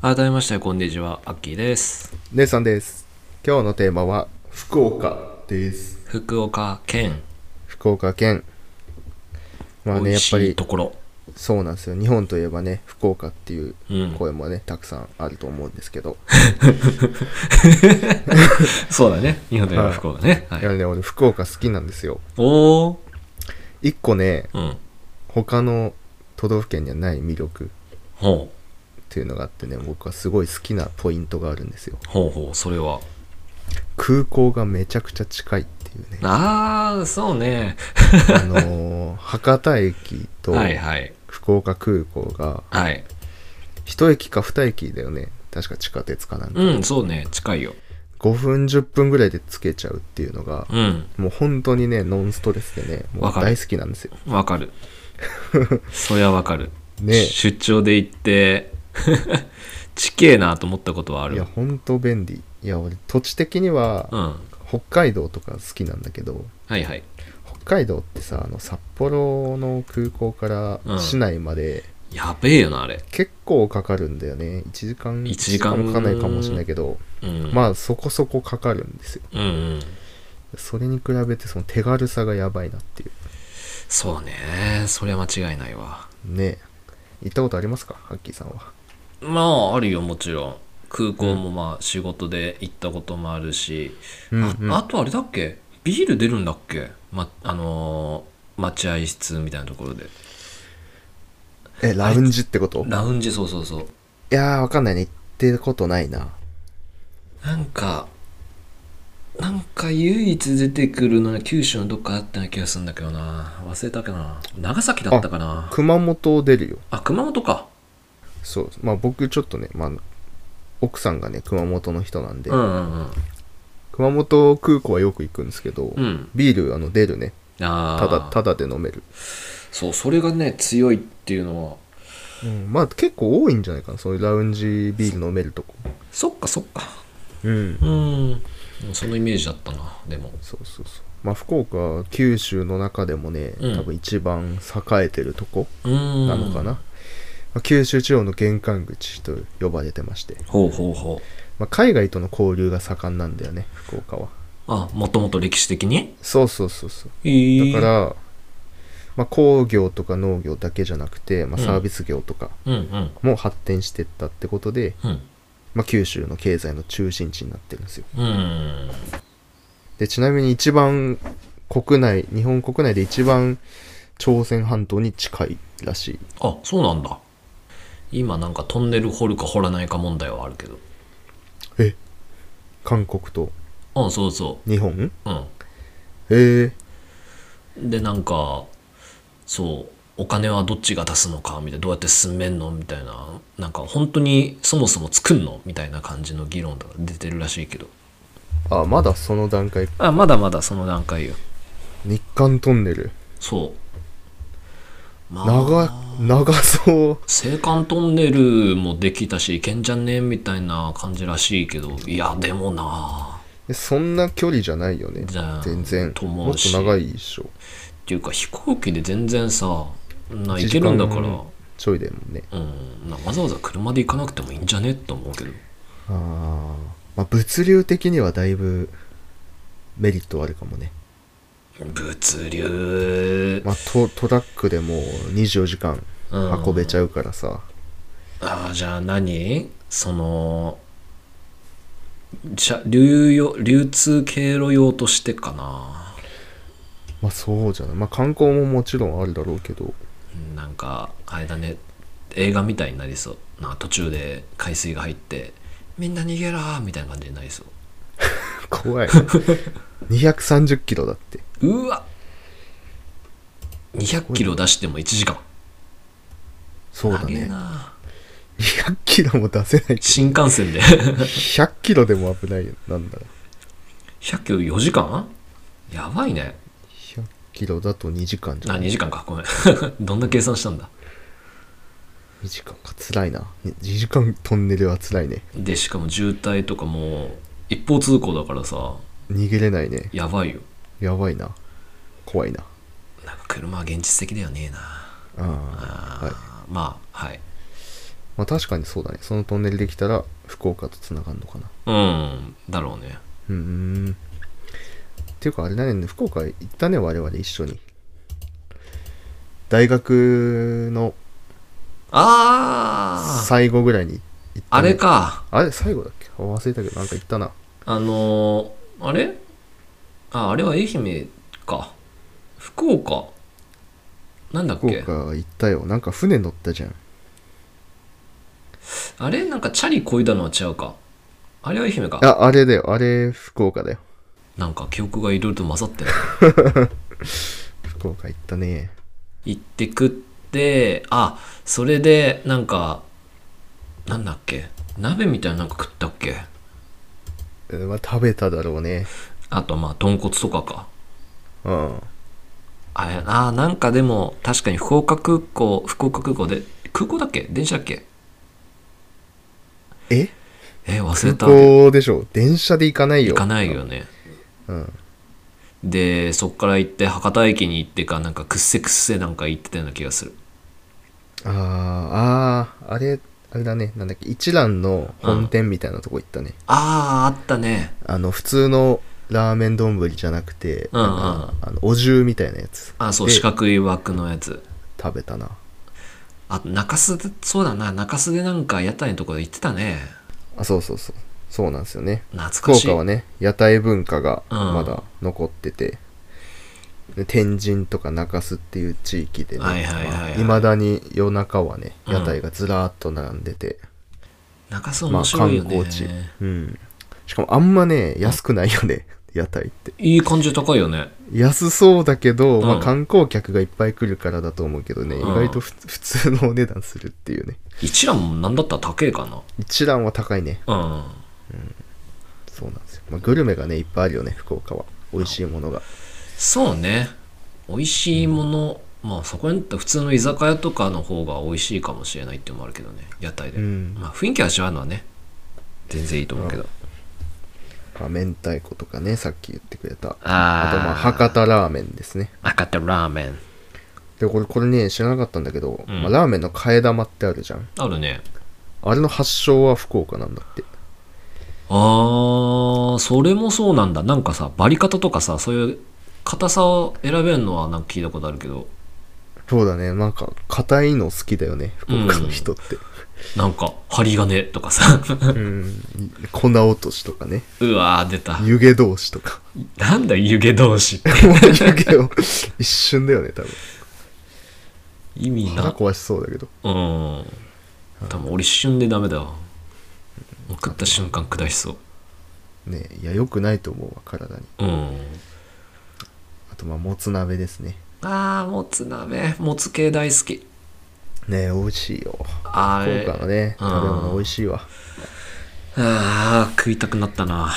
改めましてこんにちはアッキーですネイさんです。今日のテーマは福岡です。福岡県福岡県。まあ美ね、や味っぱしいりところ、そうなんですよ。日本といえばね、福岡っていううん、声もね、たくさんあると思うんですけど、そうだね日本では福岡ね、はいいやね、俺福岡好きなんですよ。おお一個ね、うん他の都道府県にはない魅力。ほっていうのがあってね僕はすごい好きなポイントがあるんですようほうほうそれは空港がめちゃくちゃ近いっていうねああそうねあ のー博多駅とはいはい福岡空港がはい1駅か2駅だよね確か地下鉄かなんか、うんそうね近いよ5分10分ぐらいで着けちゃうっていうのがうんもう本当にねノンストレスでねもわうかる大好きなんですよわ かるそりゃわかるね出張で行って ちけえなと思ったことはあいるやわ本当便利いや俺土地的にはうん北海道とか好きなんだけどはいはい北海道ってさあの札幌の空港から市内まで、やべえよなあれ結構かかるんだよね1時間1時間もかかんないかもしれないけど、うんまあそこそこかかるんですようんうんそれに比べてその手軽さがやばいなっていうそうねそりゃ間違いないわね行ったことありますかハッキーさんはまああるよもちろん空港もまあ仕事で行ったこともあるし、うんああとあれだっけビール出るんだっけ、ま、あのー待合室みたいなところでえラウンジってことラウンジそうそうそういやーわかんないね行ってことないななんかなんか唯一出てくるのは九州のどっかあったような気がするんだけどな忘れたけどな長崎だったかな熊本出るよあ熊本かそうまあ僕ちょっとね、まあ、奥さんがね熊本の人なんで、うんうんうん熊本空港はよく行くんですけど、うんビールあの出るねあただあただで飲める、そうそれがね強いっていうのはうん、まあ結構多いんじゃないかなそういうラウンジビール飲めるとこそっかそっかうんうんそのイメージだったなでもそうそうそうまあ福岡は九州の中でもね、うん多分一番栄えてるとこうんなのかな、まあ九州地方の玄関口と呼ばれてまして、ほうほうほうまあ、海外との交流が盛んなんだよね福岡はあもともと歴史的にそうそうそうそういだから、まあ、工業とか農業だけじゃなくて、まあ、うんサービス業とかうんうんも発展してったってことで、うんまあ、九州の経済の中心地になってるんですようんでちなみに一番国内日本国内で一番朝鮮半島に近いらしいあそうなんだ今なんかトンネル掘るか掘らないか問題はあるけどえ韓国とうんそうそ日本ううへえんでなんかそうお金はどっちが出すのかみたいなどうやって進めんのみたいななんか本当にそもそも作んのみたいな感じの議論が出てるらしいけどあまだその段階あまだまだその段階よ日韓トンネルそうま長長そう青函トンネルもできたしいけんじゃねみたいな感じらしいけどいやでもなえそんな距離じゃないよねじゃあ全然とも思っうとし長いでしょっていうか飛行機で全然さな1行けるんだから、時間ちょいでもねうん、なわざわざ車で行かなくてもいいんじゃねって思うけどあー、まあ物流的にはだいぶメリットはあるかもね、物流、まあ、トトラックでもう24時間うん運べちゃうからさ、ああじゃあ何そのじゃ流用流通経路用としてかなまあそうじゃない。まあ観光ももちろんあるだろうけど。なんかあれだね映画みたいになりそうな途中で海水が入ってみんな逃げろーみたいな感じになりそう 怖い。230キロだって。うわ200キロ出しても1時間そうだ長えねな200キロも出せないし新幹線で 100キロでも危ないよなんだ100キロ4時間やばいね100キロだと2時間じあゃない2時間かごめん どんな計算したんだ2時間か辛いな2時間トンネルは辛いねでしかも渋滞とかもう一方通行だからさ逃げれないねやばいよやばいな怖いななんか車は現実的ではねえなああはいあーまあはいまあ確かにそうだねそのトンネルできたら福岡とつながるのかなうんだろうねうーんっていうかあれだね福岡行ったね我々一緒に大学のああ最後ぐらいに行ったあね、れかあれ最後だっけあ忘れたけどなんか行ったなあのーあれああれは愛媛か福岡なんだっ福け岡行ったよなんか船乗ったじゃんあれなんかチャリこいだのは違うかあれは愛媛かああれだよあれ福岡だよなんか記憶がいろいろと混ざってる 福岡行ったね行ってくってあそれでなんかなんだっけ鍋みたいななんか食ったっけうんまあ食べただろうねあとはまあ豚骨とかかうんあれあなんかでも確かに福岡空港福岡空港で空港だっけ電車だっけええ忘れ空た行港でしょ電車で行かないよかないよねうんでそっから行って博多駅に行ってかなんかくっせくっせなんか行ってたような気がするあーあーあれあれだねなんだっけ一蘭の本店みたいなとこ行ったね、あああったねあの普通のラーメン丼じゃなくて、うんうんなんかあのお重みたいなやつあそうで四角い枠のやつ食べたなあ中洲でそうだな中洲でなんか屋台のとこで行ってたねあそうそうそうそうなんですよね懐福かしい岡はね屋台文化がうんまだ残ってて、で天神とか中洲っていう地域でねはいはいはいはいまあ未だに夜中はねうん屋台がずらーっと並んでて、中洲まあ面白観いよね、光地、うん、しかもあんまね安くないよね屋台っていい感じで高いよね安そうだけど、まうあ、ん観光客がいっぱい来るからだと思うけどね、うん意外とふ普通のお値段するっていうね一蘭もなんだったら高えかな一蘭は高いねうんそうなんですよ、まあ、グルメがねいっぱいあるよね福岡は美味しいものがそうね美味しいもの、まあそこにった普通の居酒屋とかの方が美味しいかもしれないっていうのもあるけどね屋台で、うんまあ雰囲気味わうのはね全然いいと思うけど、まあ明太子とかねさっき言ってくれたああとまあ博多ラーメンですね博多ラーメンでこれこれね知らなかったんだけど、うんまあ、ラーメンの替え玉ってあるじゃんあるねあれの発祥は福岡なんだってあーそれもそうなんだなんかさバリ方とかさそういう硬さを選べるのはなんか聞いたことあるけどそうだねなんか硬いの好きだよね福岡の人って、なんか針金とかさ うん、粉落としとかねうわー出た湯気同士とかなんだ湯気同士ってもう湯気を 一瞬だよね多分意味腹な壊しそうだけどうん多分俺一瞬でダメだわもう食った瞬間下しそねいや良くないと思うわ体にううんあとまあもつ鍋ですねあーもつ鍋もつ系大好きね美味しいよあ福れ岡のねうん食べ物美味しいわあー食いたくなったな、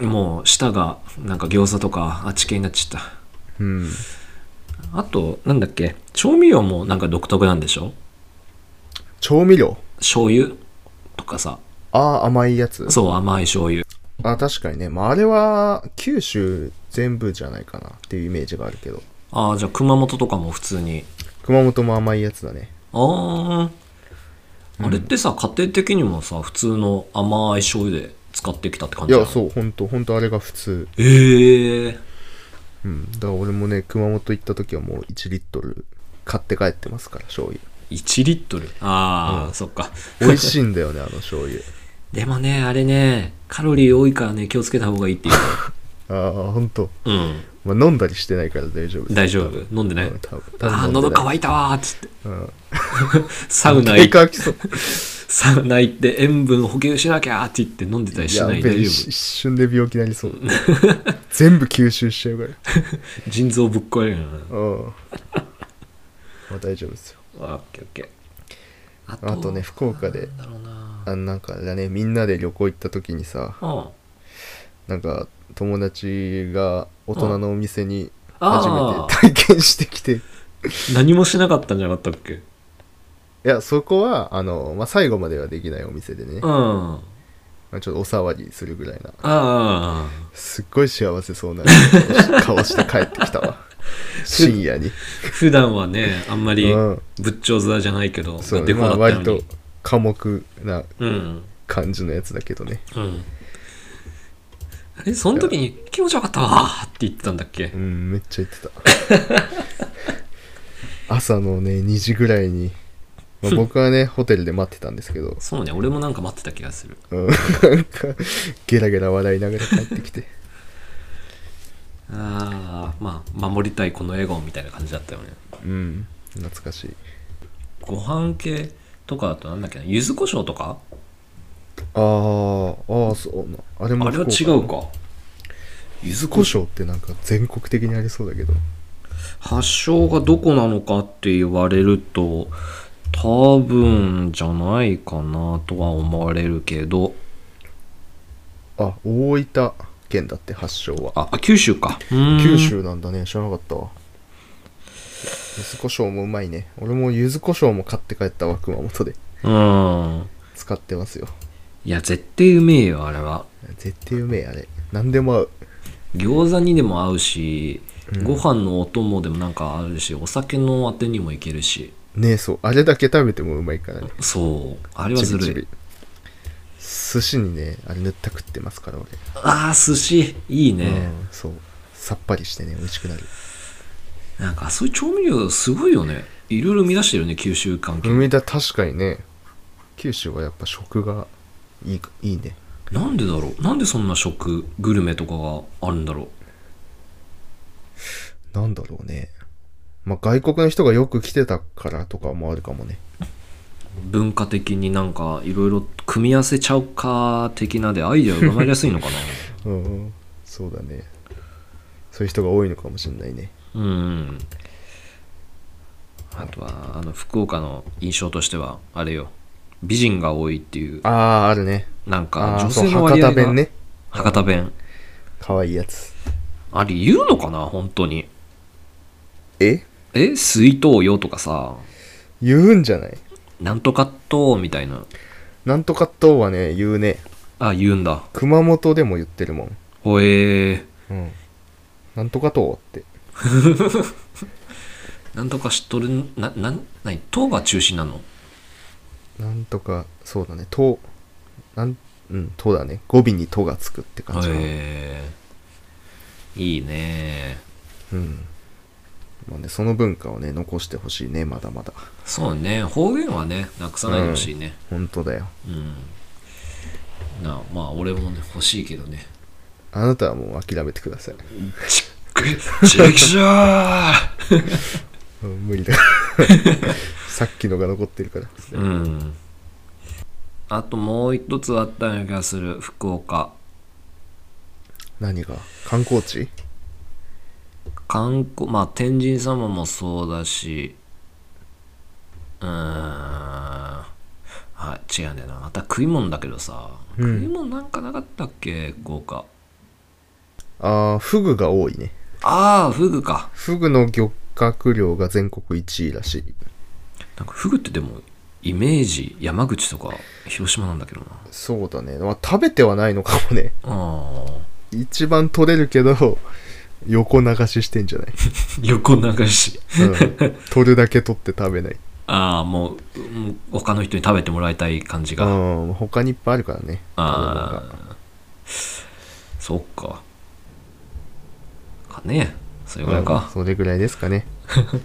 もう舌がなんか餃子とかあっち系になっちゃっうんたあとなんだっけ調味料もなんか独特なんでしょ調味料醤油とかさああ甘いやつそう甘い醤油あ確かにねまああれは九州全部じゃないかなっていうイメージがあるけどああじゃあ熊本とかも普通に熊本も甘いやつだねあああれってさ家庭的にもさ普通の甘い醤油で使ってきたって感いじやうそうほんとほんとあれが普通ええー、うんだから俺もね熊本行った時はもう1リットル買って帰ってますから醤油1リットルああ、そっか美味しいんだよねあの醤油でもねあれねカロリー多いからね気をつけた方がいいっていうああ本当。うんまあ飲んだりしてないから大丈夫大丈夫飲んでない、うん多分多分ああ飲んでない喉乾いたわーっつってうんサウナ手行乾きそうサウナ行って塩分補給しなきゃーって言って飲んでたりしやないべえ大一丈一瞬で病気になりそう 全部吸収しちゃうから夫腎臓ぶっ壊れるよなうんまあ大丈夫ですよあオッケーオッケーああとね福岡なでんだろうなあのなんかだねみんなで旅行行った時にさうんなんか友達が大人のお店に初あめて体験してきていー何もしなかったんじゃなかったっけやそこはあの、まあ、最後まではできないお店でね、うんあまあ、ちょっとお騒ぎするぐらいなあすっごい幸せそうな顔して 帰ってきたわ深夜に、普段はねあんまりうん、仏頂面じゃないけど、そうデフまあォだ割ったのとに、寡黙なうん感じのやつだけどねうんあれその時に気持ちよかったわーって言ってたんだっけうんめっちゃ言ってた 朝のね2時ぐらいに、まあ、僕はねホテルで待ってたんですけど、そうね俺もなんか待ってた気がするうん、 なんかゲラゲラ笑いながら帰って きてああまあ守りたいこの笑顔みたいな感じだったよねうん懐かしいご飯系とかだとなんだっけな柚子胡椒とかあーあーそうなあれもあれは違福う岡か柚子胡椒ってなんか全国的にありそうだけど発祥がどこなのかって言われると多分じゃないかなとは思われるけどあ大分県だって発祥はああ九州かうーん九州なんだね知らなかったわ柚子胡椒もうまいね俺も柚子胡椒も買って帰ったわ熊本でうん使ってますよいや絶対うめえよあれは絶対うめえあれ何でも合う餃子にでも合うし、うんご飯のお供でもなんか合うしお酒のあてにもいけるしねえそうあれだけ食べてもうまいからねそうあれはずるいちびちび寿司にねあれ塗ったくってますから俺、あー寿司いいね、うんそうさっぱりしてね美味しくなるなんかそういう調味料すごいよねいろいろ生み出してるね九州関係、海田確かにね九州はやっぱ食がいいかいいねなんでだろうなんでそんな食グルメとかがあるんだろうなんだろうねまあ外国の人がよく来てたからとかもあるかもね文化的になんかいろいろ組み合わせちゃうか的なでアイデアが生まれやすいのか うんうんそうだねそういう人が多いのかもしれないねなうんあとはあの福岡の印象としてはあれよ美人が多いっていうあああるねなんかああ女そう性の博割合多が弁ね博多弁可愛いやつあれ言うのかな本当にええ水筒よとかさ言うんじゃないなんとかっとみたいななんとかとはね言うねあ言うんだ熊本でも言ってるもん、ほえー、うん、なんとかとってなんとかしとるななん何塔が中心なのなんとかそうだねとなんうんとだね語尾にとがつくって感じかな、へえいいねうんまあね、その文化をね残してほしいねまだまだそうね方言はねなくさないでほしいね本当だようん、なまあ俺もね欲しいけどねあなたはもう諦めてください、ちっくちくしょーうん、無理ださっきのが残ってるからうんあともう一つあったような気がする福岡何が観光地観光まあ天神様もそうだしうーんはい違うんだよなまた食い物だけどさ、うん食い物なんかなかったっけ福岡ああフグが多いねああフグかフグの漁獲量が全国1位らしいなんかフグってでもイメージ山口とか広島なんだけどなそうだね、まあ、食べてはないのかもねああ一番取れるけど横流ししてんじゃない、横流しうん、取るだけ取って食べないああもううん他の人に食べてもらいたい感じが、あうん他にいっぱいあるからねあそっかかねそれぐ食べら物いがうんか、それぐらいですかね、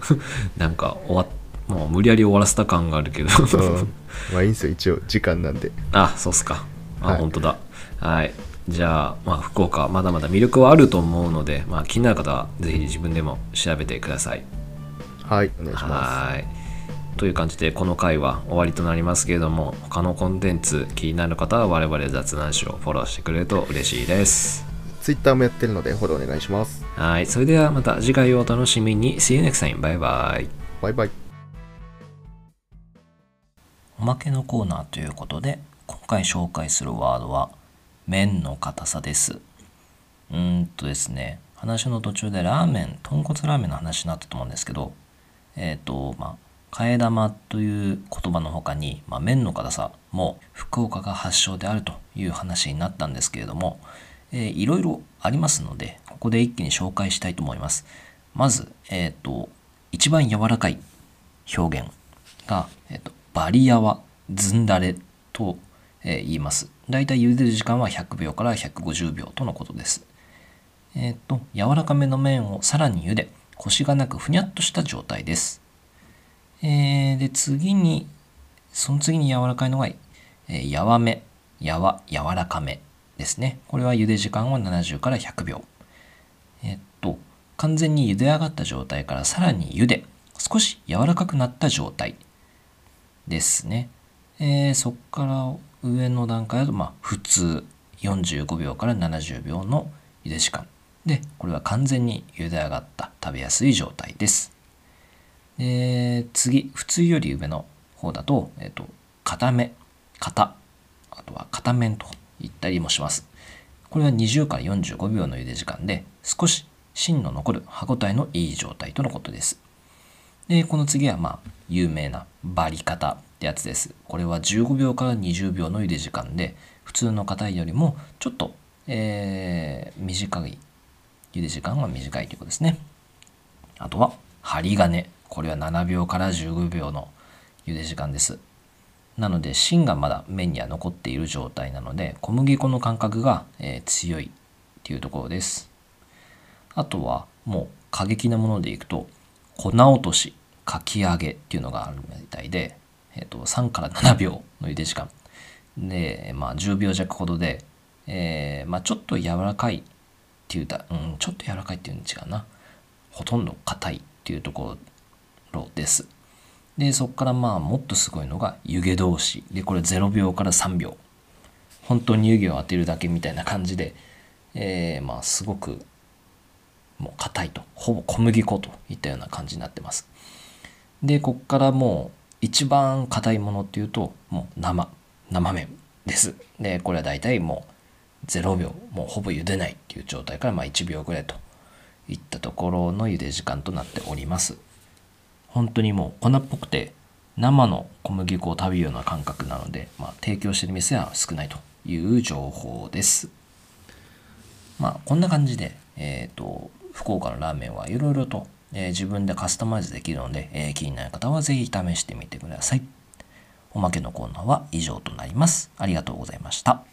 なんか終わっもう無理やり終わらせた感があるけど うん、まあいいんですよ一応時間なんであそうっすかあ、はい本当だはいじゃあ、まあ、福岡まだまだ魅力はあると思うので、まあ、気になる方はぜひ自分でも調べてください。はいお願いしまはーいという感じでこの回は終わりとなりますけれども他のコンテンツ気になる方は我々雑談誌をフォローしてくれると嬉しいです。す Twitter もやってるのでフォローお願いしますはい、それではまた次回をお楽しみに。See you next time. バイバイ。バイバイおまけのコーナーということで今回紹介するワードは麺の硬さですうーんとですね話の途中でラーメン豚骨ラーメンの話になったと思うんですけどえっ、とまあ替え玉という言葉の他に、まあ、麺の硬さも福岡が発祥であるという話になったんですけれども、えーいろいろありますのでここで一気に紹介したいと思いますまずえっ、と一番柔らかい表現が、えっとバリヤワずんだれと、えー言いますだいたい茹でる時間は100秒から150秒とのことですえっと柔らかめの麺をさらに茹でコシがなくふにゃっとした状態ですえーで次にその次に柔らかいのが、えー、やわめやわ柔らかめですねこれは茹で時間は70から100秒えっと、完全に茹で上がった状態からさらに茹で、少し柔らかくなった状態ですね。えーそこから上の段階だと、まあ、普通45秒から70秒の茹で時間。で、これは完全に茹で上がった食べやすい状態です。で、次、普通より上の方だと、えっと、固め、型、あとは片面と言ったりもします。これは20から45秒の茹で時間で少し芯の残る歯ごたえのいい状態とのことです。で、この次はまあ有名なバリ方ってやつです。これは15秒から20秒の茹で時間で普通の硬いよりもちょっと、えー短い茹で時間が短いということですね。あとは針金。これは7秒から15秒の茹で時間です。なので芯がまだ麺には残っている状態なので小麦粉の感覚が、えー強いっていうところです。あとはもう過激なものでいくと粉落としかき揚げっていうのがあるみたいで、えーと3から7秒の茹で時間で、まあ、10秒弱ほどで、えーまあ、ちょっと柔らかいっていうた、うん、ちょっと柔らかいっていうの違うなほとんど硬いっていうところです。でそこからまあもっとすごいのが湯気同士でこれ0秒から3秒本当に湯気を当てるだけみたいな感じで、えーまあすごくもう硬いとほぼ小麦粉といったような感じになってますでこっからもう一番硬いものっていうともう生生麺ですでこれは大体もう0秒もうほぼ茹でないっていう状態からまあ1秒ぐらいといったところの茹で時間となっております本当にもう粉っぽくて生の小麦粉を食べるような感覚なので、まあ、提供してる店は少ないという情報ですまあこんな感じで、えー、と福岡のラーメンはいろいろと、えー自分でカスタマイズできるので、えー気になる方はぜひ試してみてくださいおまけのコーナーは以上となりますありがとうございました